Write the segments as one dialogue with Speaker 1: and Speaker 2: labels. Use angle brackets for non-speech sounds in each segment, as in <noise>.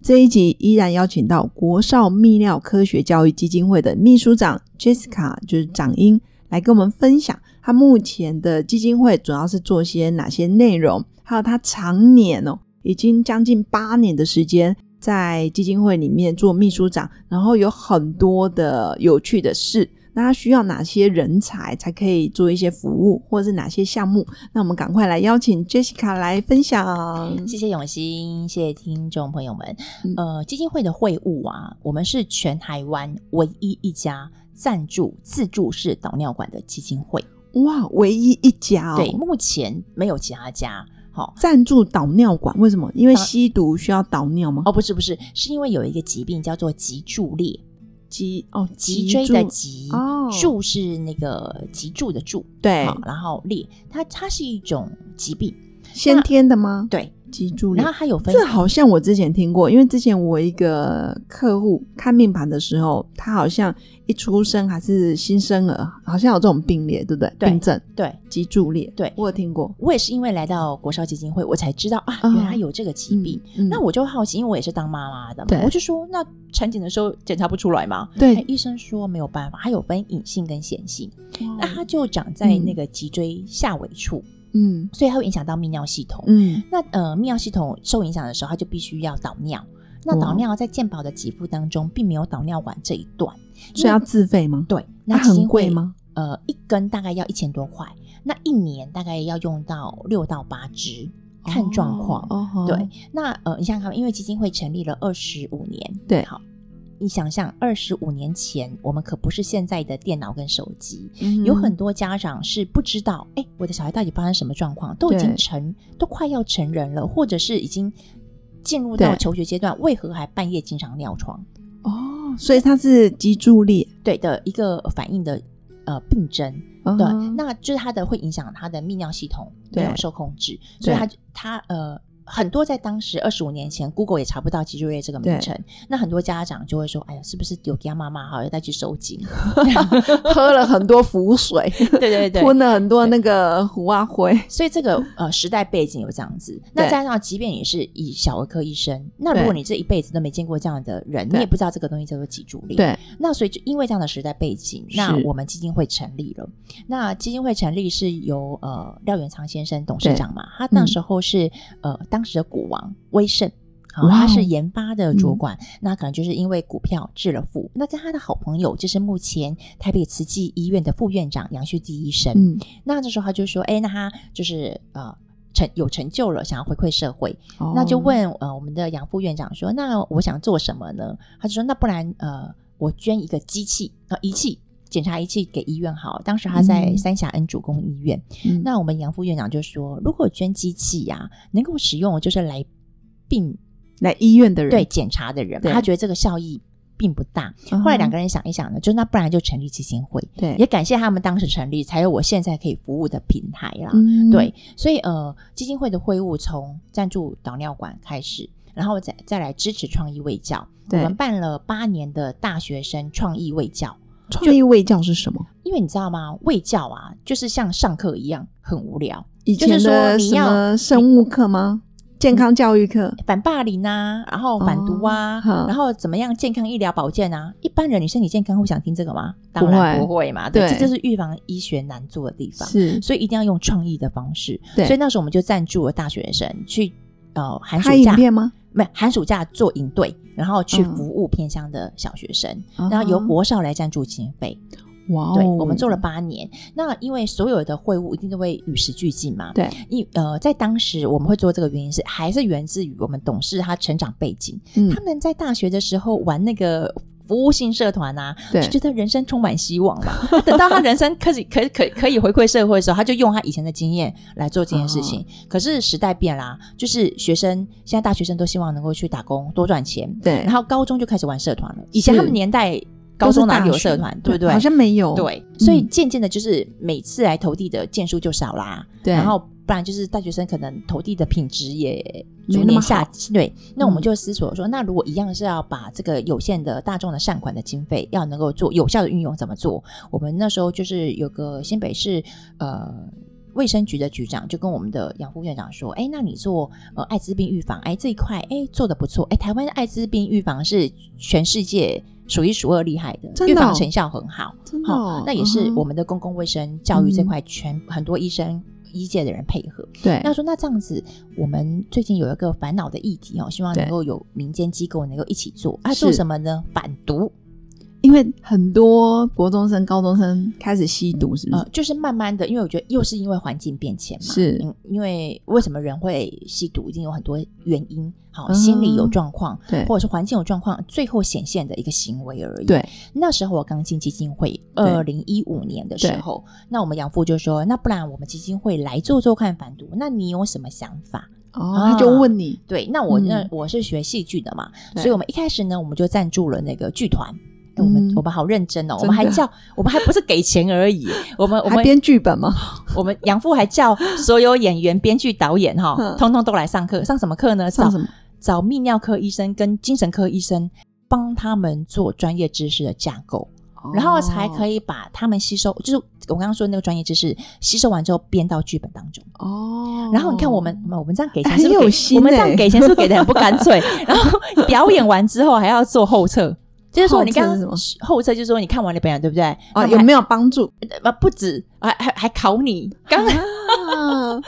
Speaker 1: 这一集依然邀请到国少泌尿科学教育基金会的秘书长 Jessica，就是长英，来跟我们分享他目前的基金会主要是做些哪些内容，还有他常年哦，已经将近八年的时间在基金会里面做秘书长，然后有很多的有趣的事。那他需要哪些人才才可以做一些服务，或者是哪些项目？那我们赶快来邀请 Jessica 来分享。
Speaker 2: 谢谢永兴，谢谢听众朋友们。
Speaker 1: 嗯
Speaker 2: 呃，基金会的会务啊，我们是全台湾唯一一家赞助自助式导尿管的基金会。
Speaker 1: 哇，唯一一家哦，
Speaker 2: 对，目前没有其他家。好、
Speaker 1: 赞助导尿管，为什么？因为
Speaker 2: 导
Speaker 1: 吸毒需要导尿吗？
Speaker 2: 哦，不是不是，是因为有一个疾病叫做脊柱裂，
Speaker 1: 脊哦，
Speaker 2: 脊椎的
Speaker 1: 柱
Speaker 2: 脊，
Speaker 1: 哦
Speaker 2: 柱是那个脊柱的柱，
Speaker 1: 对
Speaker 2: 好，然后裂，它它是一种疾病，
Speaker 1: 先天的吗？
Speaker 2: 对，
Speaker 1: 脊柱
Speaker 2: 然
Speaker 1: 裂
Speaker 2: 后。它有分
Speaker 1: 这好像我之前听过，因为之前我一个客户看命盘的时候，他好像一出生还是新生儿，好像有这种病列，对不对？
Speaker 2: 对
Speaker 1: 病症
Speaker 2: 对。
Speaker 1: 脊柱裂，
Speaker 2: 对
Speaker 1: 我有听过。
Speaker 2: 我也是因为来到国少基金会，我才知道啊，
Speaker 1: 哦
Speaker 2: 原来有这个疾病。
Speaker 1: 嗯，嗯
Speaker 2: 那我就好奇，因为我也是当妈妈的
Speaker 1: 对
Speaker 2: 嘛，我就说，那产检的时候检查不出来吗？
Speaker 1: 对哦
Speaker 2: 哎医生说没有办法，它有分隐性跟显性，那它
Speaker 1: 哇
Speaker 2: 就长在那个脊椎下尾处，
Speaker 1: 嗯
Speaker 2: 所以它会影响到泌尿系统。
Speaker 1: 嗯
Speaker 2: 那呃，泌尿系统受影响的时候，它就必须要导尿。那
Speaker 1: 哦
Speaker 2: 导尿在健保的给付当中，并没有导尿管这一段，
Speaker 1: 所以要自费吗？
Speaker 2: 对，
Speaker 1: 它
Speaker 2: 那基
Speaker 1: 很
Speaker 2: 金
Speaker 1: 贵
Speaker 2: 会？
Speaker 1: 吗？
Speaker 2: 呃，一根大概要一千多块，那一年大概要用到六到八支，看状况。
Speaker 1: 哦，哦
Speaker 2: 对，那呃，你想想看，因为基金会成立了二十五年，
Speaker 1: 对
Speaker 2: 好，你想想，二十五年前我们可不是现在的电脑跟手机，
Speaker 1: 嗯
Speaker 2: 有很多家长是不知道，哎，我的小孩到底发生什么状况，都已
Speaker 1: 对
Speaker 2: 经成，都快要成人了，或者是已经进入到
Speaker 1: 对
Speaker 2: 求学阶段，为何还半夜经常尿床？
Speaker 1: 哦，所以它是脊柱裂。
Speaker 2: 对的一个反应的呃病症，
Speaker 1: 嗯
Speaker 2: 对，
Speaker 1: 哼
Speaker 2: 那就是它的会影响它的泌尿系统
Speaker 1: 对
Speaker 2: 没有受控制，所以它就它呃很多在当时二十五年前，Google 也查不到脊椎液这个名称，那很多家长就会说，哎呀，是不是有给他妈妈好要带去
Speaker 1: <laughs>
Speaker 2: 收紧？
Speaker 1: 喝了很多浮水，
Speaker 2: 对 <laughs> 对
Speaker 1: <laughs> 吞了很多那个胡啊灰。
Speaker 2: 所以这个呃时代背景有这样子，那
Speaker 1: 对
Speaker 2: 加上即便你是以小儿科医生，那如果
Speaker 1: 对
Speaker 2: 你这一辈子都没见过这样的人，
Speaker 1: 对
Speaker 2: 你也不知道这个东西叫做脊柱力。
Speaker 1: 对，
Speaker 2: 那所以就因为这样的时代背景，
Speaker 1: 是
Speaker 2: 那我们基金会成立了。那基金会成立是由呃廖元昌先生董事长嘛，他那时候是、呃当时的股王威盛。好，
Speaker 1: 嗯哇哦嗯
Speaker 2: 他是研发的主管，那可能就是因为股票致了富。那跟他的好朋友，就是目前台北慈济医院的副院长杨旭基医生。
Speaker 1: 嗯，
Speaker 2: 那这时候他就说：“哎，那他就是呃成有成就了，想要回馈社会。”那就
Speaker 1: 哦
Speaker 2: 问呃我们的杨副院长说，那我想做什么呢？他就说，那不然呃我捐一个机器呃仪器检查仪器给医院好。当时他在
Speaker 1: 嗯
Speaker 2: 三峡恩主公医院，
Speaker 1: 嗯
Speaker 2: 那我们杨副院长就说，如果捐机器呀、能够使用的就是来病
Speaker 1: 来医院的人，
Speaker 2: 对检查的人嘛，
Speaker 1: 对
Speaker 2: 他觉得这个效益并不大。
Speaker 1: 嗯哼，
Speaker 2: 后来两个人想一想呢，就那不然就成立基金会，
Speaker 1: 对
Speaker 2: 也感谢他们当时成立，才有我现在可以服务的平台啦。
Speaker 1: 嗯
Speaker 2: 对，所以呃，基金会的会务从赞助导尿管开始，然后再再来支持创意卫教。我
Speaker 1: 对
Speaker 2: 们办了八年的大学生创意卫教，
Speaker 1: 创意卫教是什么？
Speaker 2: 因为你知道吗？卫教啊，就是像上课一样很无聊，
Speaker 1: 以
Speaker 2: 就是
Speaker 1: 前的
Speaker 2: 说你
Speaker 1: 什
Speaker 2: 要嗯
Speaker 1: 么生物课吗？健康教育课？
Speaker 2: 反霸凌啊，然后反毒啊，
Speaker 1: 哦哼
Speaker 2: 然后怎么样健康医疗保健啊？一般人你身体健康会想听这个吗？当然
Speaker 1: 不会
Speaker 2: 不会嘛，对，
Speaker 1: 对
Speaker 2: 这就是预防医学难做的地方。
Speaker 1: 是，
Speaker 2: 所以一定要用创意的方式，
Speaker 1: 对
Speaker 2: 所以那时候我们就赞助了大学生去呃寒暑
Speaker 1: 拍影
Speaker 2: 假
Speaker 1: 片吗？
Speaker 2: 没有寒暑假做营队，然后去
Speaker 1: 嗯
Speaker 2: 服务偏乡的小学生，
Speaker 1: 啊
Speaker 2: 然后由
Speaker 1: 哈
Speaker 2: 国少来赞助经费。
Speaker 1: 哇哦，
Speaker 2: 对，我们做了八年。那因为所有的会务一定都会与时俱进嘛。
Speaker 1: 对，
Speaker 2: 因呃，在当时我们会做这个原因是还是源自于我们董事他成长背景，
Speaker 1: 嗯
Speaker 2: 他，们在大学的时候玩那个。服务性社团啊，
Speaker 1: 对
Speaker 2: 就觉得人生充满希望嘛。 <laughs> 那等到他人生开始可可可以回馈社会的时候，他就用他以前的经验来做这件事
Speaker 1: 哦
Speaker 2: 情。可是时代变啦、就是学生现在大学生都希望能够去打工多赚钱，
Speaker 1: 对
Speaker 2: 然后高中就开始玩社团了。以前他们年代。高中哪里有
Speaker 1: 都是大学
Speaker 2: 社团，对不对？
Speaker 1: 好像嗯没有，，
Speaker 2: 对，所以渐渐的，就是每次来投递的件数就少啦，
Speaker 3: 对，
Speaker 2: 然后不然就是大学生可能投递的品质也逐
Speaker 1: 没那么
Speaker 2: 年下
Speaker 1: 好
Speaker 2: 对。那我们
Speaker 1: 嗯
Speaker 2: 就思索说，那如果一样是要把这个有限的大众的善款的经费，要能够做有效的运用，怎么做？我们那时候就是有个新北市呃。卫生局的局长就跟我们的杨副院长说：“哎，那你做呃艾滋病预防，哎这一块哎做的不错，哎台湾的艾滋病预防是全世界数一数二厉害的，
Speaker 1: 真的
Speaker 2: 预
Speaker 1: 哦
Speaker 2: 防成效很好。
Speaker 1: 真的
Speaker 2: 好、
Speaker 1: 哦，
Speaker 2: 那也是
Speaker 1: 嗯哼
Speaker 2: 我们的公共卫生教育这
Speaker 1: 嗯
Speaker 2: 块全、很多医生医界的人配合。
Speaker 1: 对
Speaker 2: 那说那这样子，我们最近有一个烦恼的议题哦，希望
Speaker 3: 对
Speaker 2: 能够有民间机构能够一起做啊，
Speaker 1: 是
Speaker 2: 做什么呢？反毒，
Speaker 1: 因为很多国中生、高中生开始吸毒，是不是？
Speaker 2: 呃，就是慢慢的，因为我觉得又是因为环境变迁嘛，
Speaker 1: 嗯是
Speaker 2: 嗯，因为为什么人会吸毒，一定有很多原因，好、
Speaker 1: 嗯
Speaker 2: 心理有状况，
Speaker 1: 对
Speaker 2: 或者是环境有状况，最后显现的一个行为而已。
Speaker 1: 对，
Speaker 2: 那时候我刚进基金会，二零一五年的时候，那我们养父就说，那不然我们基金会来做做看反毒，那你有什么想法？
Speaker 1: 哦，他就问你，
Speaker 2: 对，那我那、
Speaker 1: 嗯
Speaker 2: 我是学戏剧的嘛，
Speaker 1: 对
Speaker 2: 所以我们一开始呢，我们就赞助了那个剧团。哎我们
Speaker 1: 嗯
Speaker 2: 我们好认真哦，我
Speaker 1: 真的
Speaker 2: 们还叫 <laughs> 我们还不是给钱而已，我们我
Speaker 1: 还
Speaker 2: 们
Speaker 1: 编剧本吗？
Speaker 2: 我们养父还叫所有演员、编剧、导演哈、
Speaker 1: 嗯
Speaker 2: 通通都来上课，上什么课呢？
Speaker 1: 上
Speaker 2: 找
Speaker 1: 什么？
Speaker 2: 找泌尿科医生跟精神科医生帮他们做专业知识的架构。 <laughs> 然后才可
Speaker 1: 以
Speaker 2: 以把他们吸收，就是我刚刚说那个专业知识吸收完之后编到剧本当中。
Speaker 1: 哦。
Speaker 2: 然后你看我们，我们这样给钱
Speaker 1: 很
Speaker 2: 是不
Speaker 1: 有
Speaker 2: 是给
Speaker 1: 心
Speaker 2: 我们这
Speaker 1: 欸
Speaker 2: 样给钱是不是给的很不干脆？ <laughs> 然后表演完之后还要做后测，就是说你刚
Speaker 1: 后
Speaker 2: 刚
Speaker 1: 测
Speaker 2: 后测就是说你看完了表演对不对？
Speaker 1: 哦，
Speaker 2: 那
Speaker 1: 有
Speaker 2: 还
Speaker 1: 没有帮
Speaker 2: <laughs>
Speaker 1: 助？
Speaker 2: 呃不止，还还还考你。刚刚
Speaker 1: 啊，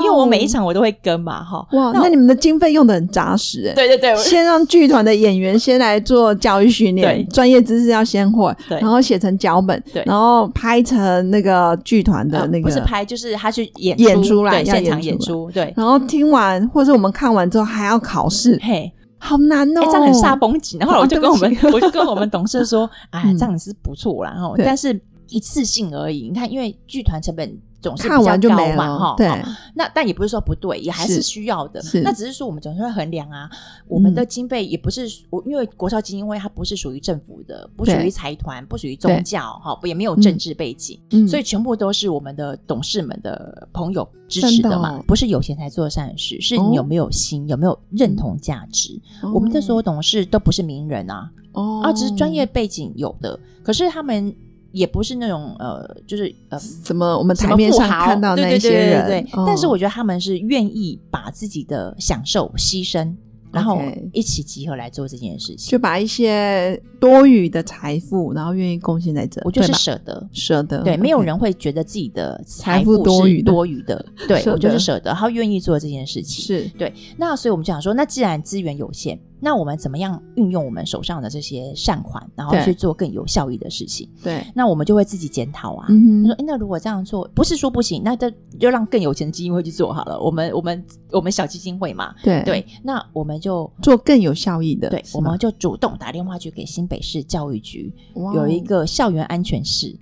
Speaker 2: 因为我每一场我都会跟嘛哈。
Speaker 1: 哦哇，
Speaker 2: 我
Speaker 1: 那你们的经费用的很扎实哎。
Speaker 2: 对对对，我
Speaker 1: 先让剧团的演员先来做教育训练
Speaker 2: 对，
Speaker 1: 专业知识要先会，
Speaker 2: 对
Speaker 1: 然后写成脚本
Speaker 2: 对，
Speaker 1: 然后拍成那个剧团的
Speaker 2: 呃
Speaker 1: 那个，
Speaker 2: 不是拍，就是他去演
Speaker 1: 演出啦
Speaker 2: 对，
Speaker 1: 要
Speaker 2: 现场
Speaker 1: 演
Speaker 2: 演
Speaker 1: 出
Speaker 2: 出，
Speaker 1: <laughs>
Speaker 2: 对，
Speaker 1: 然后听完或者我们看完之后还要考试，
Speaker 2: 嘿，
Speaker 1: 好难哦，
Speaker 2: 哎、这样很煞风景。然后
Speaker 1: 哦
Speaker 2: 我
Speaker 1: 对
Speaker 2: 就跟
Speaker 1: 不
Speaker 2: 我
Speaker 1: 起
Speaker 2: 们， <laughs> 我就跟我们董事说，啊，
Speaker 1: 嗯
Speaker 2: 这样是不错啦，哈，
Speaker 1: 对
Speaker 2: 但是一次性而已。你看，因为剧团成本总是比
Speaker 1: 看
Speaker 2: 较
Speaker 1: 完就
Speaker 2: 高
Speaker 1: 没
Speaker 2: 嘛，
Speaker 1: 了
Speaker 2: 哈，，
Speaker 1: 对
Speaker 2: 哦。那但也不是说不对，也还
Speaker 1: 是
Speaker 2: 是需要的
Speaker 1: 是。嗯
Speaker 2: 那只是说我们总是会衡量啊，我们的经费也不是我，因为国少基金会它不是属于政府的，不属
Speaker 1: 对
Speaker 2: 于财团，不属于
Speaker 1: 对
Speaker 2: 宗教，哈，也没有政治背景，
Speaker 1: 嗯
Speaker 2: 所以全部都是我们的董事们的朋友支
Speaker 1: 真
Speaker 2: 持
Speaker 1: 的
Speaker 2: 的嘛，
Speaker 1: 哦
Speaker 2: 不是有钱才做善事，是
Speaker 1: 哦嗯
Speaker 2: 你有没有心，有没有认同价值。我们的所有董事都不是名人啊，
Speaker 1: 哦
Speaker 2: 啊，只是专业背景有的，可是他们也不是那种呃，就是呃。
Speaker 1: 什么我们
Speaker 2: 什
Speaker 1: 台
Speaker 2: 么
Speaker 1: 面
Speaker 2: 富
Speaker 1: 上
Speaker 2: 豪
Speaker 1: 看到那
Speaker 2: 对对
Speaker 1: 一些
Speaker 2: 对对对
Speaker 1: 人，
Speaker 2: 对但是
Speaker 1: 嗯
Speaker 2: 我觉得他们是愿意把自己的享受牺牲，然后
Speaker 1: OK
Speaker 2: 一起集合来做这件事情
Speaker 1: 就。把一些多余的财富，然后愿意贡献在这，
Speaker 2: 我觉
Speaker 1: 对
Speaker 2: 得是
Speaker 1: 吧
Speaker 2: 舍得，
Speaker 1: 舍得，
Speaker 2: 对，没有
Speaker 1: OK
Speaker 2: 人会觉得自己的
Speaker 1: 财
Speaker 2: 财
Speaker 1: 富
Speaker 2: 富
Speaker 1: 多
Speaker 2: 是
Speaker 1: 余的
Speaker 2: 多
Speaker 1: <laughs>
Speaker 2: 余的。对
Speaker 1: 舍，
Speaker 2: 我就是
Speaker 1: 得
Speaker 2: 舍得，他愿意做这件事情。
Speaker 1: 是
Speaker 2: 对，那所以我们就想说，那既然资源有限，那我们怎么样运用我们手上的这些善款，然后
Speaker 1: 对
Speaker 2: 去做更有效益的事情？
Speaker 1: 对，
Speaker 2: 那我们就会自己检讨啊。
Speaker 1: 嗯
Speaker 2: 他说
Speaker 1: 哼，：“
Speaker 2: 诶那如果这样做，不是说不行，那就就让更有钱的基金会去做好了。我们我们我们小基金会嘛，
Speaker 1: 对，
Speaker 2: 对，那我们就
Speaker 1: 做更有效益的，
Speaker 2: 对，
Speaker 1: 是
Speaker 2: 我
Speaker 1: 吗
Speaker 2: 们就主动打电话去给新北市教育局，
Speaker 1: 哇
Speaker 2: 有一
Speaker 1: 哦
Speaker 2: 个校园安全室，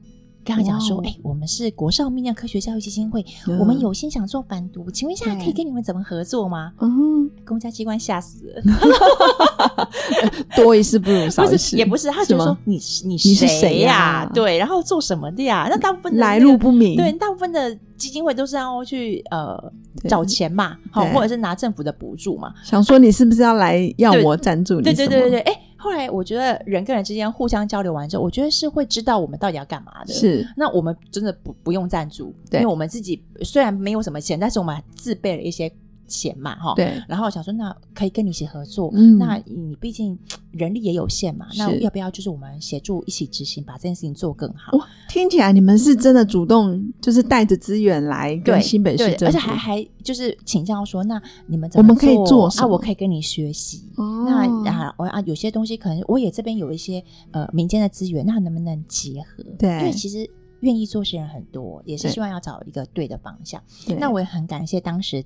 Speaker 2: 跟他讲说
Speaker 1: 哇哦：‘嗯
Speaker 2: 哎、我们是国少泌尿科学教育基金会，
Speaker 1: 哦
Speaker 2: 我们，有心想做反毒，请问一下，可
Speaker 1: 对
Speaker 2: 以跟你们怎么合作吗？’
Speaker 1: 嗯嗯，
Speaker 2: 公家机关吓死了。”
Speaker 1: 多一事不如 <laughs> 少
Speaker 2: 不
Speaker 1: 一
Speaker 2: 是，
Speaker 1: 事，
Speaker 2: 也不是，他就是说
Speaker 1: 吗
Speaker 2: 你是你
Speaker 1: 你是谁
Speaker 2: 谁
Speaker 1: 呀
Speaker 2: 对，然后做什么的呀？那大部分的
Speaker 1: 来
Speaker 2: 那个
Speaker 1: 路不明，
Speaker 2: 对，大部分的基金会都是要去呃
Speaker 1: 对
Speaker 2: 找钱嘛，好，
Speaker 1: 对
Speaker 2: 或者是拿政府的补助嘛。
Speaker 1: 想说你是不是要来要
Speaker 2: 对
Speaker 1: 我赞助你？
Speaker 2: 对对对对对，，哎，后来我觉得人跟人之间互相交流完之后，我觉得是会知道我们到底要干嘛的。。
Speaker 1: 是
Speaker 2: 那我们真的不不用赞助，因
Speaker 1: 对
Speaker 2: 为我们自己虽然没有什么钱，但是我们还自备了一些钱嘛，哈。
Speaker 1: 对，
Speaker 2: 然后想说，那可以跟你一起合作。
Speaker 1: 嗯
Speaker 2: 那你毕竟人力也有限嘛，那
Speaker 1: 是
Speaker 2: 要不要就是我们协助一起执行，把这件事情做更好？
Speaker 1: 哇，听起来你们是真的主动，就是带着资源来跟
Speaker 2: 对，
Speaker 1: 新北市
Speaker 2: 对，
Speaker 1: 政府，
Speaker 2: 而且还还就是请教说，那你们怎
Speaker 1: 我
Speaker 2: 么
Speaker 1: 们可以做什
Speaker 2: 啊，
Speaker 1: 么
Speaker 2: 我可以跟你学习。
Speaker 1: 哦
Speaker 2: 那啊，我啊，有些东西可能我也这边有一些呃民间的资源，那能不能结合？
Speaker 1: 对
Speaker 2: 因为其实愿意做事人很多，也是
Speaker 1: 对
Speaker 2: 希望要找一个对的方向。
Speaker 1: 对
Speaker 2: 那我也很感谢当时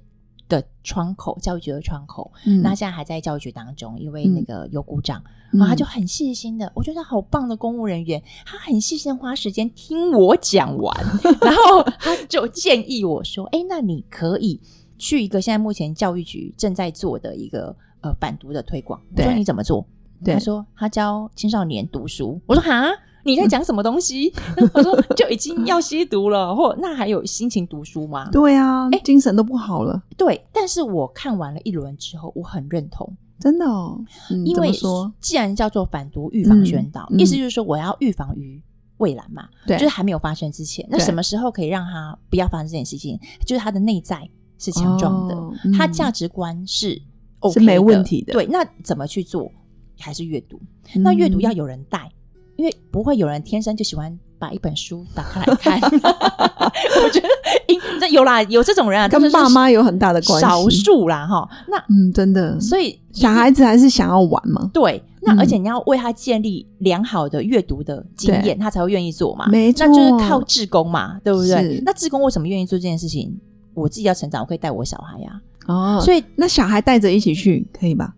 Speaker 2: 的窗口，教育局的窗口，
Speaker 1: 嗯
Speaker 2: 那现在还在教育局当中，因为那
Speaker 1: 嗯
Speaker 2: 个有股长，
Speaker 1: 嗯
Speaker 2: 然后他就很细心的，我觉得好棒的公务人员，他很细心地花时间听我讲完，
Speaker 1: <laughs>
Speaker 2: 然后他就建议我说：“哎，那你可以去一个现在目前教育局正在做的一个呃反毒的推广，我
Speaker 1: 对
Speaker 2: 说你怎么做？
Speaker 1: 对
Speaker 2: 他说他教青少年读书，我说哈。你
Speaker 1: 嗯
Speaker 2: 在讲什么东西？ <laughs> 我说就已经要吸毒了，或那还有心情读书吗？
Speaker 1: 对啊，
Speaker 2: 哎
Speaker 1: 精神都不好了，
Speaker 2: 对，但是我看完了一轮之后，我很认同，
Speaker 1: 真的哦。嗯、
Speaker 2: 因
Speaker 1: 怎
Speaker 2: 为
Speaker 1: 么说，
Speaker 2: 既然叫做反毒预防宣导，
Speaker 1: 嗯嗯
Speaker 2: 意思就是说我要预防于未然嘛，
Speaker 1: 对
Speaker 2: 就是还没有发生之前，那
Speaker 1: 对
Speaker 2: 什么时候可以让他不要发生这件事情？就是他的内在是强壮的，
Speaker 1: 哦嗯
Speaker 2: 他价值观是 OK
Speaker 1: 没问题的
Speaker 2: 的。对，那怎么去做？还是阅读？那
Speaker 1: 嗯
Speaker 2: 阅读要有人带，因为不会有人天生就喜欢把一本书打开
Speaker 1: <laughs>
Speaker 2: 来看。 <laughs> 我觉得，应那有啦，有这种人啊，
Speaker 1: 跟
Speaker 2: 但是
Speaker 1: 爸
Speaker 2: 是
Speaker 1: 妈有很大的关系
Speaker 2: 少数啦哈。那
Speaker 1: 嗯，真的，
Speaker 2: 所以
Speaker 1: 小孩子还是想要玩嘛，
Speaker 2: 对，那
Speaker 1: 嗯
Speaker 2: 而且你要为他建立良好的阅读的经验，他才会愿意做嘛。
Speaker 1: 没错
Speaker 2: 那就是靠志工嘛，对不对
Speaker 1: 是？
Speaker 2: 那志工为什么愿意做这件事情？我自己要成长，我可以带我小孩呀、
Speaker 1: 哦
Speaker 2: 所以
Speaker 1: 那小孩带着一起去可以吧？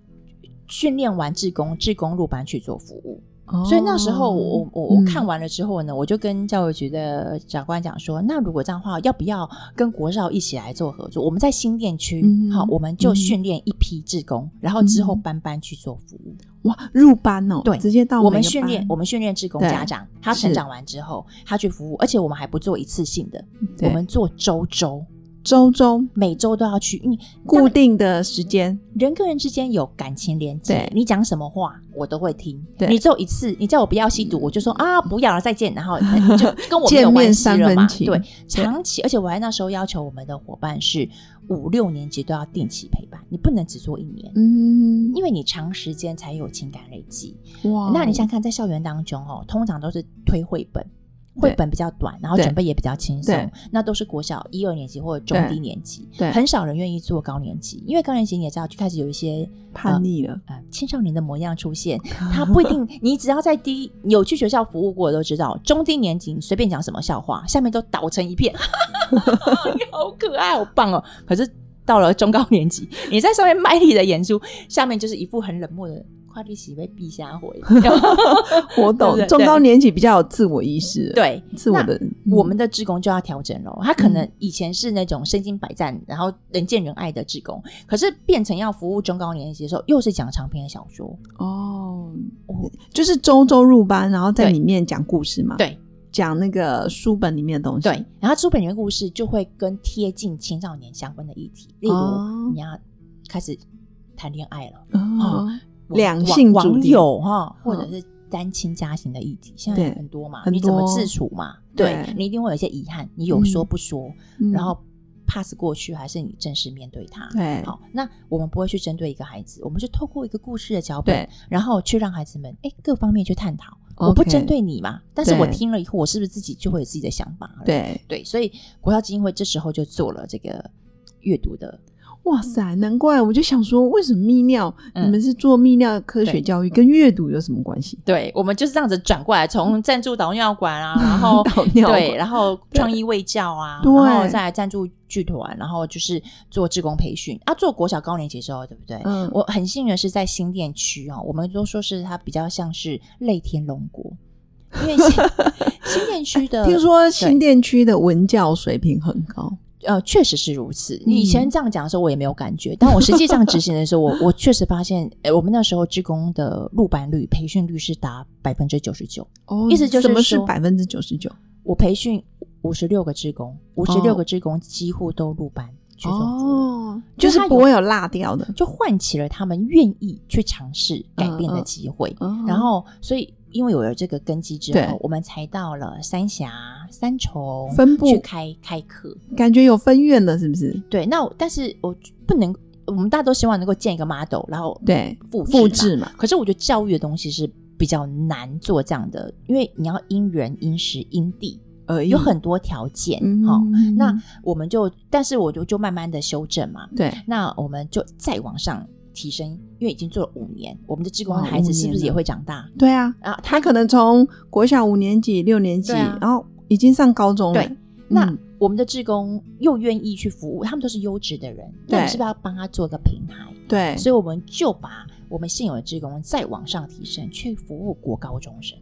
Speaker 2: 训练完志工，志工入班去做服务。
Speaker 1: 哦
Speaker 2: 所以那时候我我我我
Speaker 1: 嗯
Speaker 2: 看完了之后呢，我就跟教育局的长官讲说，那如果这样的话，要不要跟国少一起来做合作？我们在新店区
Speaker 1: 嗯，
Speaker 2: 好、我们就
Speaker 1: 嗯
Speaker 2: 训练一批志工，然后之后
Speaker 1: 嗯
Speaker 2: 班班去做服务。
Speaker 1: 哇入班哦，
Speaker 2: 对
Speaker 1: 直接到
Speaker 2: 我们
Speaker 1: 每个
Speaker 2: 训
Speaker 1: 班
Speaker 2: 练，我们训练职工
Speaker 1: 对
Speaker 2: 家长，他
Speaker 1: 是
Speaker 2: 成长完之后，他去服务，而且我们还不做一次性的，
Speaker 1: 对
Speaker 2: 我们做周周，
Speaker 1: 周周
Speaker 2: 每周都要去。你
Speaker 1: 固定的时间，
Speaker 2: 人跟人之间有感情连接
Speaker 1: 对，
Speaker 2: 你讲什么话我都会听
Speaker 1: 对。
Speaker 2: 你只有一次，你叫我不要吸毒，我就说啊不要了，再见，然后
Speaker 1: <laughs>
Speaker 2: 就跟我没有
Speaker 1: 见面
Speaker 2: 关系
Speaker 1: 三
Speaker 2: 了
Speaker 1: 分
Speaker 2: 嘛。
Speaker 1: 情
Speaker 2: 对，长期，而且我还那时候要求我们的伙伴是五六年级都要定期陪伴，你不能只做一年。
Speaker 1: 嗯，
Speaker 2: 因为你长时间才有情感累积，
Speaker 1: 哇
Speaker 2: 那你想想看，在校园当中哦，通常都是推绘本，绘本比较短，然后
Speaker 1: 对
Speaker 2: 准备也比较轻
Speaker 1: 对
Speaker 2: 松，那都是国小一二年级或者中低年级，
Speaker 1: 对
Speaker 2: 很少人愿意做高年级，因为高年级你也知道，就开始有一些
Speaker 1: 叛
Speaker 2: <laughs>
Speaker 1: 逆了，
Speaker 2: 呃青少年的模样出现，他不一定，你只要在低有去学校服务过的都知道，中低年级你随便讲什么笑话，下面都倒成一片，你好可爱，好棒哦，可是。到了中高年级，你在上面卖力的演出，下面就是一副很冷漠的快递喜被闭下回， <laughs>
Speaker 1: 我懂
Speaker 2: 对对对
Speaker 1: 中高年级比较有自我意识，，
Speaker 2: 对，
Speaker 1: 自我的
Speaker 2: 我们的职工就要调整咯，他可能以前是那种身经百战，然后人见人爱的职工，可是变成要服务中高年级的时候，又是讲长篇的小说。
Speaker 1: 哦。就是周周入班，然后在
Speaker 2: 对
Speaker 1: 里面讲故事嘛，，
Speaker 2: 对
Speaker 1: 讲那个书本里面的东西，
Speaker 2: 对，然后书本里面故事就会跟贴近青少年相关的议题，例
Speaker 1: 哦
Speaker 2: 如你要开始谈恋爱了，
Speaker 1: 哦，
Speaker 2: 网
Speaker 1: 两性
Speaker 2: 网
Speaker 1: 主
Speaker 2: 网
Speaker 1: 题
Speaker 2: 友哈，或者
Speaker 1: 嗯
Speaker 2: 是单亲家庭的议题，现
Speaker 1: 对
Speaker 2: 在很多嘛，
Speaker 1: 很
Speaker 2: 你怎么
Speaker 1: 多
Speaker 2: 自处嘛？
Speaker 1: 对
Speaker 2: 对你一定会有一些遗憾，你有说不说，
Speaker 1: 嗯
Speaker 2: 然后 pass 过去，还是你正式面对它？
Speaker 1: 对
Speaker 2: 好，那我们不会去针对一个孩子，我们是透过一个故事的脚本
Speaker 1: 对，，
Speaker 2: 然后去让孩子们哎各方面去探讨。我不
Speaker 1: OK
Speaker 2: 针对你嘛，但是我
Speaker 1: 对
Speaker 2: 听了以后，我是不是自己就会有自己的想法了？
Speaker 1: 对，
Speaker 2: 对，所以国校基金会这时候就做了这个阅读的，
Speaker 1: 哇塞，难怪我就想说，为什么泌尿？
Speaker 2: 嗯
Speaker 1: 你们是做泌尿科学教育，跟阅读有什么关系？
Speaker 2: 对我们就是这样子转过来，从赞助导尿管 <laughs> 啊，
Speaker 1: <laughs>
Speaker 2: 然后
Speaker 1: 导尿管
Speaker 2: 对，然后创意卫教啊，
Speaker 1: 对
Speaker 2: 然后再来赞助剧团，然后就是做志工培训啊，做国小高年级的时候，对不对？
Speaker 1: 嗯
Speaker 2: 我很幸运的是在新店区哦，我们都说是它比较像是类天龙国，因为新 <laughs> 新店区的
Speaker 1: 听说新
Speaker 2: 对
Speaker 1: 店区的文教水平很高，
Speaker 2: 呃确实是如此。你以
Speaker 1: 嗯
Speaker 2: 前这样讲的时候，我也没有感觉，但我实际上执行的时候，
Speaker 1: <laughs>
Speaker 2: 我我确实发现，呃，我们那时候职工的入班率、培训率是达百分之九十九，
Speaker 1: 哦
Speaker 2: 意思就是
Speaker 1: 什么是
Speaker 2: 说
Speaker 1: 百分之九十九？
Speaker 2: 我培训五十六个职工，五十
Speaker 1: 哦
Speaker 2: 六个职工几乎都入班去做服务。
Speaker 1: 哦，就是
Speaker 2: 它有
Speaker 1: 不会有落掉的。
Speaker 2: 就唤起了他们愿意去尝试改变的机会。
Speaker 1: 嗯嗯
Speaker 2: 然后，所以因为有了这个根基之
Speaker 1: 对
Speaker 2: 后，我们才到了三峡、三重
Speaker 1: 分部
Speaker 2: 去开开课。
Speaker 1: 感觉有分院了，是不是？
Speaker 2: 对，那我但是我不能，我们大家都希望能够建一个 model，然后
Speaker 1: 对，
Speaker 2: 复制
Speaker 1: 复
Speaker 2: 嘛
Speaker 1: 制嘛，
Speaker 2: 可是我觉得教育的东西是比较难做这样的，因为你要因人、因时、因地，
Speaker 1: 而已
Speaker 2: 有很多条件。
Speaker 1: 嗯
Speaker 2: 好、那我们就，但是我就就慢慢的修正嘛。
Speaker 1: 对
Speaker 2: 那我们就再往上提升，因为已经做了五年，我们的职工
Speaker 1: 哇
Speaker 2: 的孩
Speaker 1: 五
Speaker 2: 子是不
Speaker 1: 年
Speaker 2: 是也
Speaker 1: 了
Speaker 2: 会长大？
Speaker 1: 对啊，
Speaker 2: 啊，他
Speaker 1: 他可能从国小五年级、六年级，
Speaker 2: 对啊
Speaker 1: 然后已经上高中了。
Speaker 2: 对那
Speaker 1: 嗯
Speaker 2: 我们的职工又愿意去服务，他们都是优质的人，那我们
Speaker 1: 对
Speaker 2: 是不是要帮他做一个平台？
Speaker 1: 对，
Speaker 2: 所以我们就把我们现有的职工再往上提升，去服务国高中生。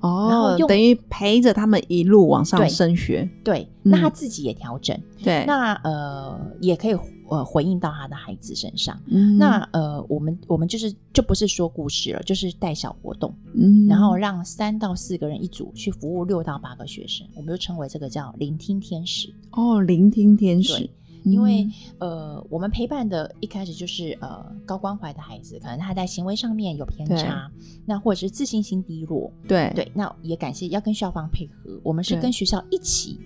Speaker 2: 然
Speaker 1: 哦
Speaker 2: 后，用
Speaker 1: 等于陪着他们一路往上
Speaker 2: 对
Speaker 1: 升学。
Speaker 2: 对，那他
Speaker 1: 嗯
Speaker 2: 自己也调整，
Speaker 1: 对，
Speaker 2: 那呃也可以呃回应到他的孩子身上。
Speaker 1: 嗯
Speaker 2: 那呃，我们我们就是就不是说故事了，就是带小活动，
Speaker 1: 嗯
Speaker 2: 然后让三到四个人一组去服务六到八个学生，我们就称为这个叫聆听天使。
Speaker 1: 哦，聆听天使嗯
Speaker 2: 对，因为、呃，我们陪伴的一开始就是呃高关怀的孩子，可能他在行为上面有偏差，那或者是自信心低落，
Speaker 1: 嗯对
Speaker 2: 对，那也感谢要跟校方配合，我们是
Speaker 1: 对
Speaker 2: 跟学校一起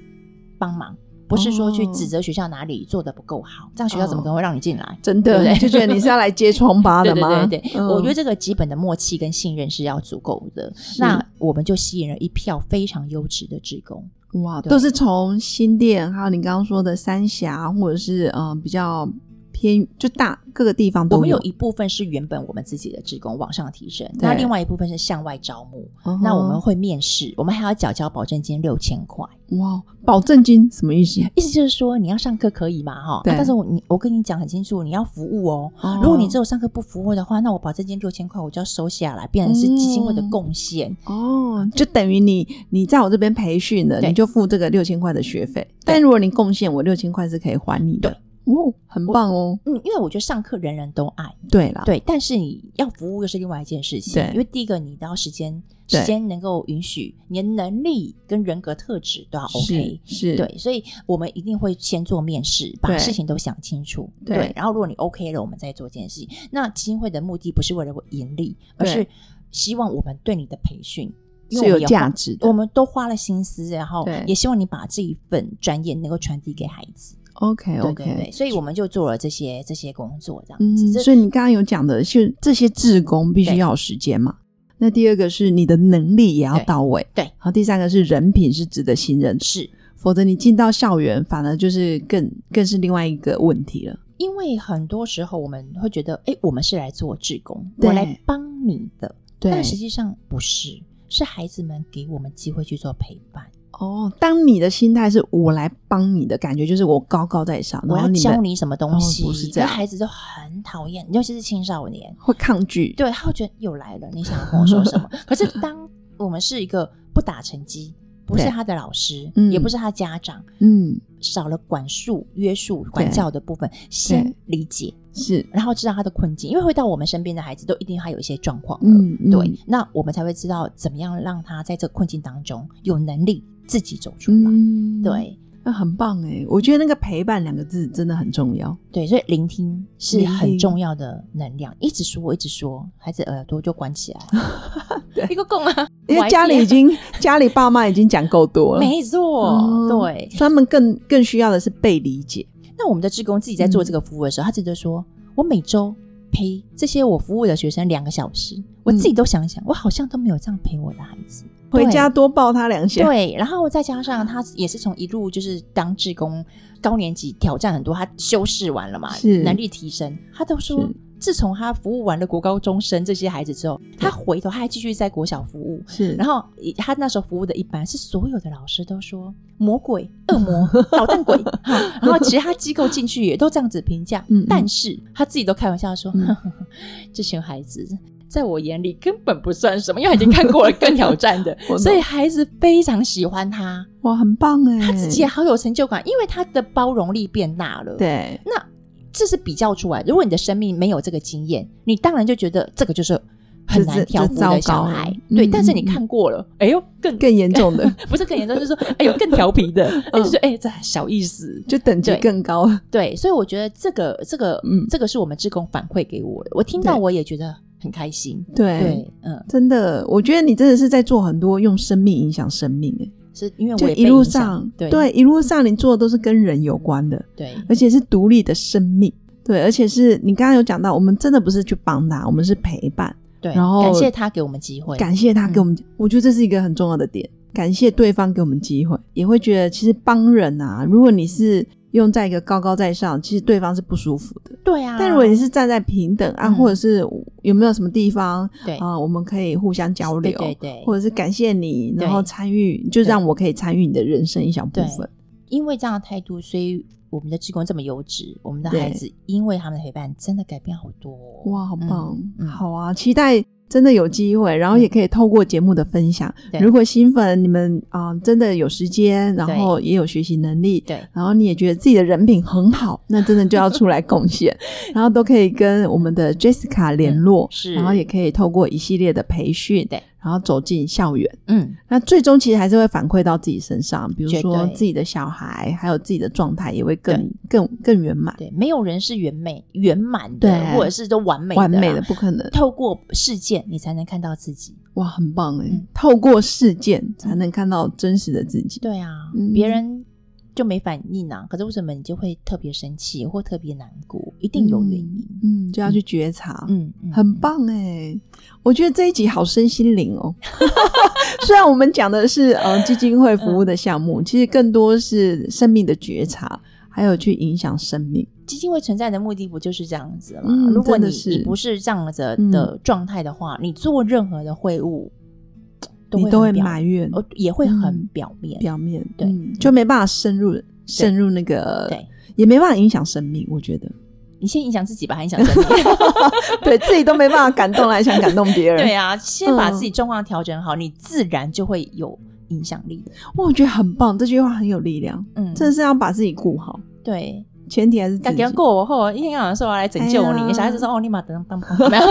Speaker 2: 帮忙，不是说去
Speaker 1: 哦
Speaker 2: 指责学校哪里做的不够好，这样学校怎么
Speaker 1: 哦
Speaker 2: 可能会让你进来？
Speaker 1: 真的
Speaker 2: 对不对
Speaker 1: 就觉得你是要来揭疮疤
Speaker 2: 对
Speaker 1: 的
Speaker 2: 对
Speaker 1: 吗？
Speaker 2: <laughs> 对对，
Speaker 1: 嗯
Speaker 2: 我觉得这个基本的默契跟信任是要足够的。那我们就吸引了一票非常优质的职工，
Speaker 1: 哇，
Speaker 2: 对
Speaker 1: 都是从新店，还有你刚刚说的三峡，或者是呃比较偏就大各个地方
Speaker 2: 我
Speaker 1: 都
Speaker 2: 们有一部分是原本我们自己的职工往上提升，
Speaker 1: 对
Speaker 2: 那另外一部分是向外招募。
Speaker 1: 嗯哼
Speaker 2: 那我们会面试，我们还要缴交保证金六千块，
Speaker 1: 哇保证金什么意思？
Speaker 2: 意思就是说你要上课可以嘛，哈、
Speaker 1: 对
Speaker 2: 啊但是我你我跟你讲很清楚，你要服务哦。
Speaker 1: 哦
Speaker 2: 如果你只有上课不服务的话，那我保证金六千块我就要收下来，变成是基金会
Speaker 1: 嗯
Speaker 2: 的贡献。
Speaker 1: 哦，就等于你你在我这边培训了，
Speaker 2: 对
Speaker 1: 你就付这个六千块的学费，但如果你贡献我六千块是可以还你的，哦，很棒哦，
Speaker 2: 嗯，因为我觉得上课人人都爱，
Speaker 1: 对啦，
Speaker 2: 对，但是你要服务又是另外一件事情。
Speaker 1: 对
Speaker 2: 因为第一个你都要时间，
Speaker 1: 对
Speaker 2: 时间能够允许，你的能力跟人格特质都要 OK。
Speaker 1: 是是，
Speaker 2: 对，所以我们一定会先做面试，把
Speaker 1: 对
Speaker 2: 事情都想清楚。
Speaker 1: 对
Speaker 2: 然后如果你 OK 了，我们再做这件事情。那基金会的目的不是为了盈利，而
Speaker 1: 对
Speaker 2: 是希望我们对你的培训因
Speaker 1: 是
Speaker 2: 为我
Speaker 1: 有
Speaker 2: 们也花
Speaker 1: 价值的
Speaker 2: 我们都花了心思，然后
Speaker 1: 对
Speaker 2: 也希望你把这一份专业能够传递给孩子。
Speaker 1: ，OK
Speaker 2: 对对对，
Speaker 1: OK。
Speaker 2: 所以我们就做了这些这些工作，这样
Speaker 1: 嗯
Speaker 2: 子。，这
Speaker 1: 所以你刚刚有讲的是这些志工必须
Speaker 2: 对
Speaker 1: 要有时间嘛？那第二个是你的能力也要
Speaker 2: 对
Speaker 1: 到位，
Speaker 2: 对
Speaker 1: 然后第三个是人品是值得信任，
Speaker 2: 是
Speaker 1: 否则你进到校园反而就是更更是另外一个问题了。
Speaker 2: 因为很多时候我们会觉得，哎，我们是来做志工，
Speaker 1: 对
Speaker 2: 我来帮你的，
Speaker 1: 对
Speaker 2: 但实际上不是，是孩子们给我们机会去做陪伴。
Speaker 1: 哦，当你的心态是我来帮你的感觉，就是我高高在上，
Speaker 2: 我
Speaker 1: 然后
Speaker 2: 要
Speaker 1: 你
Speaker 2: 教
Speaker 1: 们
Speaker 2: 你什么东西，
Speaker 1: 哦不是这样
Speaker 2: 可孩子就很讨厌，尤其是青少年，
Speaker 1: 会抗拒。
Speaker 2: 对，他会觉得又来了，你想要跟我说什
Speaker 1: <laughs>
Speaker 2: 么？可是当我们是一个不打成绩，不是
Speaker 1: 对
Speaker 2: 他的老师，
Speaker 1: 嗯
Speaker 2: 也不是他家长，
Speaker 1: 嗯，
Speaker 2: 少了管束、约束、管教的部分，先理解，
Speaker 1: 是，
Speaker 2: 然后知道他的困境，因为回到我们身边的孩子都一定还有一些状况了，
Speaker 1: 嗯，嗯
Speaker 2: 对，，那我们才会知道怎么样让他在这个困境当中有能力自己走出来，
Speaker 1: 嗯，，
Speaker 2: 对。
Speaker 1: 那很棒哎，我觉得那个陪伴两个字真的很重要。
Speaker 2: 对，所以聆听是
Speaker 1: 聆听
Speaker 2: 很重要的能量。一直说，一直说，孩子耳朵就关起来了
Speaker 1: <laughs> 对。
Speaker 2: 一个供啊，
Speaker 1: 因为家里已
Speaker 2: <laughs>
Speaker 1: 经家里爸妈已经讲够多了，
Speaker 2: 没错，
Speaker 1: 嗯
Speaker 2: 对。
Speaker 1: 所以他们更更需要的是被理解。
Speaker 2: 那我们的志工自己在做这个服务的时候，他自己就说：“我每周陪这些我服务的学生两个小时，我自己都想想，我好像都没有这样陪我的孩子。”
Speaker 1: 回家多抱他两下，
Speaker 2: 对，然后再加上他也是从一路就是当志工，高年级挑战很多，他修饰完了嘛，
Speaker 1: 是
Speaker 2: 能力提升，他都说
Speaker 1: 是。
Speaker 2: 自从他服务完了国高中生这些孩子之后，他回头他还继续在国小服务，
Speaker 1: 是，
Speaker 2: 然
Speaker 1: 后
Speaker 2: 后以他那时候服务的一班是所有的老师都说魔鬼、恶魔、捣蛋
Speaker 1: <laughs>
Speaker 2: 鬼，哈然后其他机构进去也都这样子评价，
Speaker 1: 嗯嗯
Speaker 2: 但是他自己都开玩笑说，
Speaker 1: 嗯，
Speaker 2: 呵呵呵 <laughs> 这群孩子。在我眼里根本不算什么，因为他已经看过了更挑战的
Speaker 1: <laughs> 我懂
Speaker 2: 所以孩子非常喜欢他，
Speaker 1: 哇，很棒哎，
Speaker 2: 他自己也好有成就感，因为他的包容力变大了。，
Speaker 1: 对
Speaker 2: 那这是比较出来。如果你的生命没有这个经验，你当然就觉得这个就是很
Speaker 1: 这
Speaker 2: 难调
Speaker 1: 这
Speaker 2: 服
Speaker 1: 糟糕
Speaker 2: 的小孩。
Speaker 1: 嗯
Speaker 2: 对，
Speaker 1: 嗯
Speaker 2: 但是你
Speaker 1: 嗯
Speaker 2: 看过了，哎呦，更
Speaker 1: 更严重
Speaker 2: <laughs>
Speaker 1: 的
Speaker 2: 不是更严重，就是说，哎呦，更调皮的，哎
Speaker 1: 嗯
Speaker 2: 就是哎，这小意思。
Speaker 1: 就等级
Speaker 2: 对
Speaker 1: 更高，
Speaker 2: 对，所以我觉得这个这个
Speaker 1: 嗯
Speaker 2: 这个是我们志工反馈给我的，我听到
Speaker 1: 对
Speaker 2: 我也觉得很开心。
Speaker 1: 对。
Speaker 2: 对，嗯，
Speaker 1: 真的，我觉得你真的是在做很多用生命影响生命，哎，
Speaker 2: 是因为
Speaker 1: 就
Speaker 2: 我也
Speaker 1: 一
Speaker 2: 被
Speaker 1: 路
Speaker 2: 影响
Speaker 1: 上
Speaker 2: 对
Speaker 1: 一路上你做的都是跟人有关的，
Speaker 2: 对
Speaker 1: 而且是独立的生命，对，而且是你刚刚有讲到，我们真的不是去帮他，我们是陪伴，
Speaker 2: 对，
Speaker 1: 然后
Speaker 2: 感谢他给我们机会，
Speaker 1: 感谢他给我们，我觉得这是一个很重要的点。感谢对方给我们机会，也会觉得其实帮人啊，如果你是用在一个高高在上，其实对方是不舒服的。
Speaker 2: 对啊，
Speaker 1: 但如果你是站在平等啊，
Speaker 2: 嗯
Speaker 1: 或者是有没有什么地方
Speaker 2: 对
Speaker 1: 啊、我们可以互相交流，
Speaker 2: 对对对，
Speaker 1: 或者是感谢你，
Speaker 2: 嗯对
Speaker 1: 然后参与，就让我可以参与你的人生一小部分。
Speaker 2: 因为这样的态度，所以我们的职工这么优质，我们的
Speaker 1: 对
Speaker 2: 孩子因为他们的陪伴，真的改变好多、哦。
Speaker 1: 哇，好棒！
Speaker 2: 嗯嗯
Speaker 1: 好啊，期待真的有机会，然后也可以透过节目的分享，
Speaker 2: 对
Speaker 1: 如果新粉你们啊、真的有时间，然后也有学习能力，
Speaker 2: 对
Speaker 1: 然后你也觉得自己的人品很
Speaker 2: <laughs>
Speaker 1: 好，那真的就要出来贡献，然后都可以跟我们的 Jessica 联络，
Speaker 2: 嗯是
Speaker 1: 然后也可以透过一系列的培训，
Speaker 2: 对，
Speaker 1: 然后走进校园。
Speaker 2: 嗯，
Speaker 1: 那最终其实还是会反馈到自己身上，比如
Speaker 2: 绝
Speaker 1: 说
Speaker 2: 对
Speaker 1: 自己的小孩，还有自己的状态也会更更更圆满、
Speaker 2: 对，没有人是圆美圆满的
Speaker 1: 对，
Speaker 2: 或者是都完美
Speaker 1: 完美
Speaker 2: 的
Speaker 1: 的，
Speaker 2: 啦。
Speaker 1: 不可能。
Speaker 2: 透过事件，你才能看到自己。
Speaker 1: 哇，很棒哎、
Speaker 2: 嗯
Speaker 1: 透过事件才能看到真实的自己。
Speaker 2: 对啊，
Speaker 1: 嗯
Speaker 2: 别人就没反应啊，可是为什么你就会特别生气或特别难过？一定有原因。
Speaker 1: 嗯，嗯就要去觉察，
Speaker 2: 嗯，嗯
Speaker 1: 很。棒哎、我觉得这一集好身心灵哦。 <laughs> 虽然我们讲的是呃基金会服务的项目，
Speaker 2: 嗯
Speaker 1: 其实更多是生命的觉察，还有去影响生命。
Speaker 2: 基金会存在的目的不就是这样子吗？
Speaker 1: 嗯
Speaker 2: 如果
Speaker 1: 真的
Speaker 2: 你
Speaker 1: 是嗯
Speaker 2: 你不是这样子的状态的话，你做任何的会务，
Speaker 1: 你
Speaker 2: 都
Speaker 1: 都会
Speaker 2: 会很表
Speaker 1: 埋怨
Speaker 2: 呃，也会很
Speaker 1: 嗯
Speaker 2: 表面。
Speaker 1: 表面，
Speaker 2: 对
Speaker 1: 嗯就没办法深入深入那个，
Speaker 2: 对，
Speaker 1: 也没办法影响生命。我觉得，
Speaker 2: <laughs> 你先影响自己吧，还影响
Speaker 1: <laughs>
Speaker 2: 身体。
Speaker 1: 对自己都没办法感动了，还想感动别人，
Speaker 2: 对啊，先把
Speaker 1: 嗯
Speaker 2: 自己状况调整好，你自然就会有影响力。
Speaker 1: 哇，我觉得很棒，这句话很有力量，
Speaker 2: 嗯，
Speaker 1: 真的是要把自己顾好，
Speaker 2: 对。
Speaker 1: 前提还是自
Speaker 2: 感
Speaker 1: 己
Speaker 2: 觉。过我后，一天到晚说我要来拯救
Speaker 1: 哎
Speaker 2: 你，
Speaker 1: 呀
Speaker 2: 小孩子说哦，你马等等等，
Speaker 1: <laughs>
Speaker 2: 没有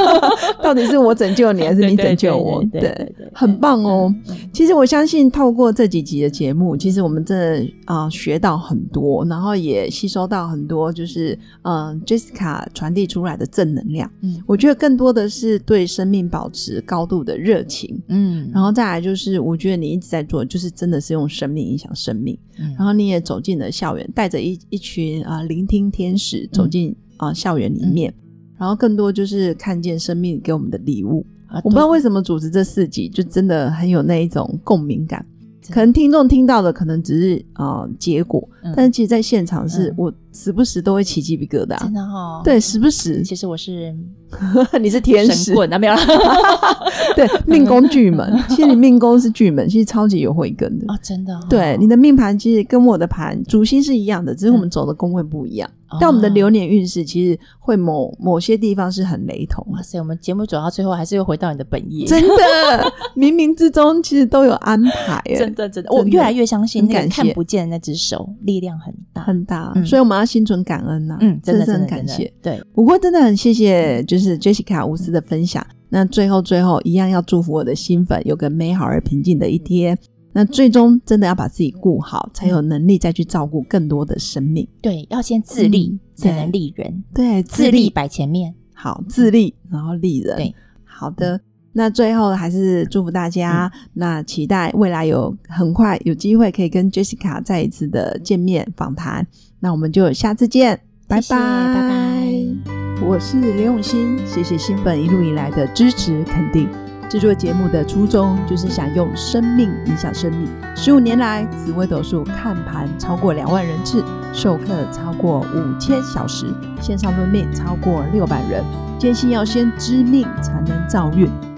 Speaker 1: 到底是我拯救你，还是你拯救我？
Speaker 2: 对对对对对对对
Speaker 1: 很棒哦。
Speaker 2: 嗯
Speaker 1: 其实我相信，透过这几集的节目，其实我们真的啊、呃学到很多，然后也吸收到很多，就是嗯、呃 Jessica 传递出来的正能量。
Speaker 2: 嗯
Speaker 1: 我觉得更多的是对生命保持高度的热情。
Speaker 2: 嗯，
Speaker 1: 然后再来就是，我觉得你一直在做，就是真的是用生命影响生命。
Speaker 2: 嗯
Speaker 1: 然后你也走进了校园，带着一一群啊、呃聆听天使
Speaker 2: 嗯
Speaker 1: 走进啊、呃校园里面。然后更多就是看见生命给我们的礼物。
Speaker 2: 啊
Speaker 1: 我不知
Speaker 2: 对
Speaker 1: 道为什么主持这四集就真的很有那一种共鸣感。
Speaker 2: 真的
Speaker 1: 可能听众听到的可能只是呃结果，
Speaker 2: 嗯
Speaker 1: 但是其实在现场是、
Speaker 2: 嗯
Speaker 1: 我时不时都会起鸡皮疙瘩。
Speaker 2: 真的哈，，
Speaker 1: 对，时不时，
Speaker 2: 其实我是
Speaker 1: <laughs> 你是天使
Speaker 2: 神，棍啊，没有啦，
Speaker 1: <laughs> 对，命宫巨门，其实你命宫是巨门，其实超级有慧根的。
Speaker 2: 哦，真的哦，
Speaker 1: 对，你的命盘其实跟我的盘主星是一样的，只是我们走的宫位不一样。但我们的
Speaker 2: 哦
Speaker 1: 流年运势其实会某某些地方是很雷同
Speaker 2: 哇
Speaker 1: 的。
Speaker 2: 塞，我们节目走到最后还是又回到你的本业，
Speaker 1: 真的，冥冥之中其实都有安排耶，
Speaker 2: 真的真的，我
Speaker 1: 真的
Speaker 2: 越来越相信
Speaker 1: 很
Speaker 2: 那
Speaker 1: 感
Speaker 2: 个
Speaker 1: 谢
Speaker 2: 看不见的那只手力量很大，
Speaker 1: 很大，
Speaker 2: 嗯
Speaker 1: 所以我们要心存感恩呐、
Speaker 2: 嗯，真的
Speaker 1: 是
Speaker 2: 真
Speaker 1: 很
Speaker 2: 的
Speaker 1: 感
Speaker 2: 真的
Speaker 1: 谢。
Speaker 2: 对，
Speaker 1: 不过真的很谢谢，就是 Jessica 无私的分享。那最后最后一样要祝福我的新粉有个美好而平静的一天。那最终真的要把自己顾好，才有能力再去照顾更多的生命。
Speaker 2: 对，要先自立
Speaker 1: 嗯
Speaker 2: 才
Speaker 1: 对
Speaker 2: 能利人，
Speaker 1: 对，
Speaker 2: 自立摆前面。
Speaker 1: 好，自立，然后利人。
Speaker 2: 对，
Speaker 1: 好的。那最后还是祝福大家，
Speaker 2: 嗯
Speaker 1: 那期待未来有很快有机会可以跟 Jessica 再一次的见面访谈。那我们就下次见，拜
Speaker 2: 谢谢拜拜。
Speaker 1: 我是刘永新，谢谢新粉一路以来的支持肯定。制作节目的初衷就是想用生命影响生命。十五年来，紫微斗数看盘超过两万人次，授课超过五千小时，线上论命超过六百人。坚信要先知命才能造运，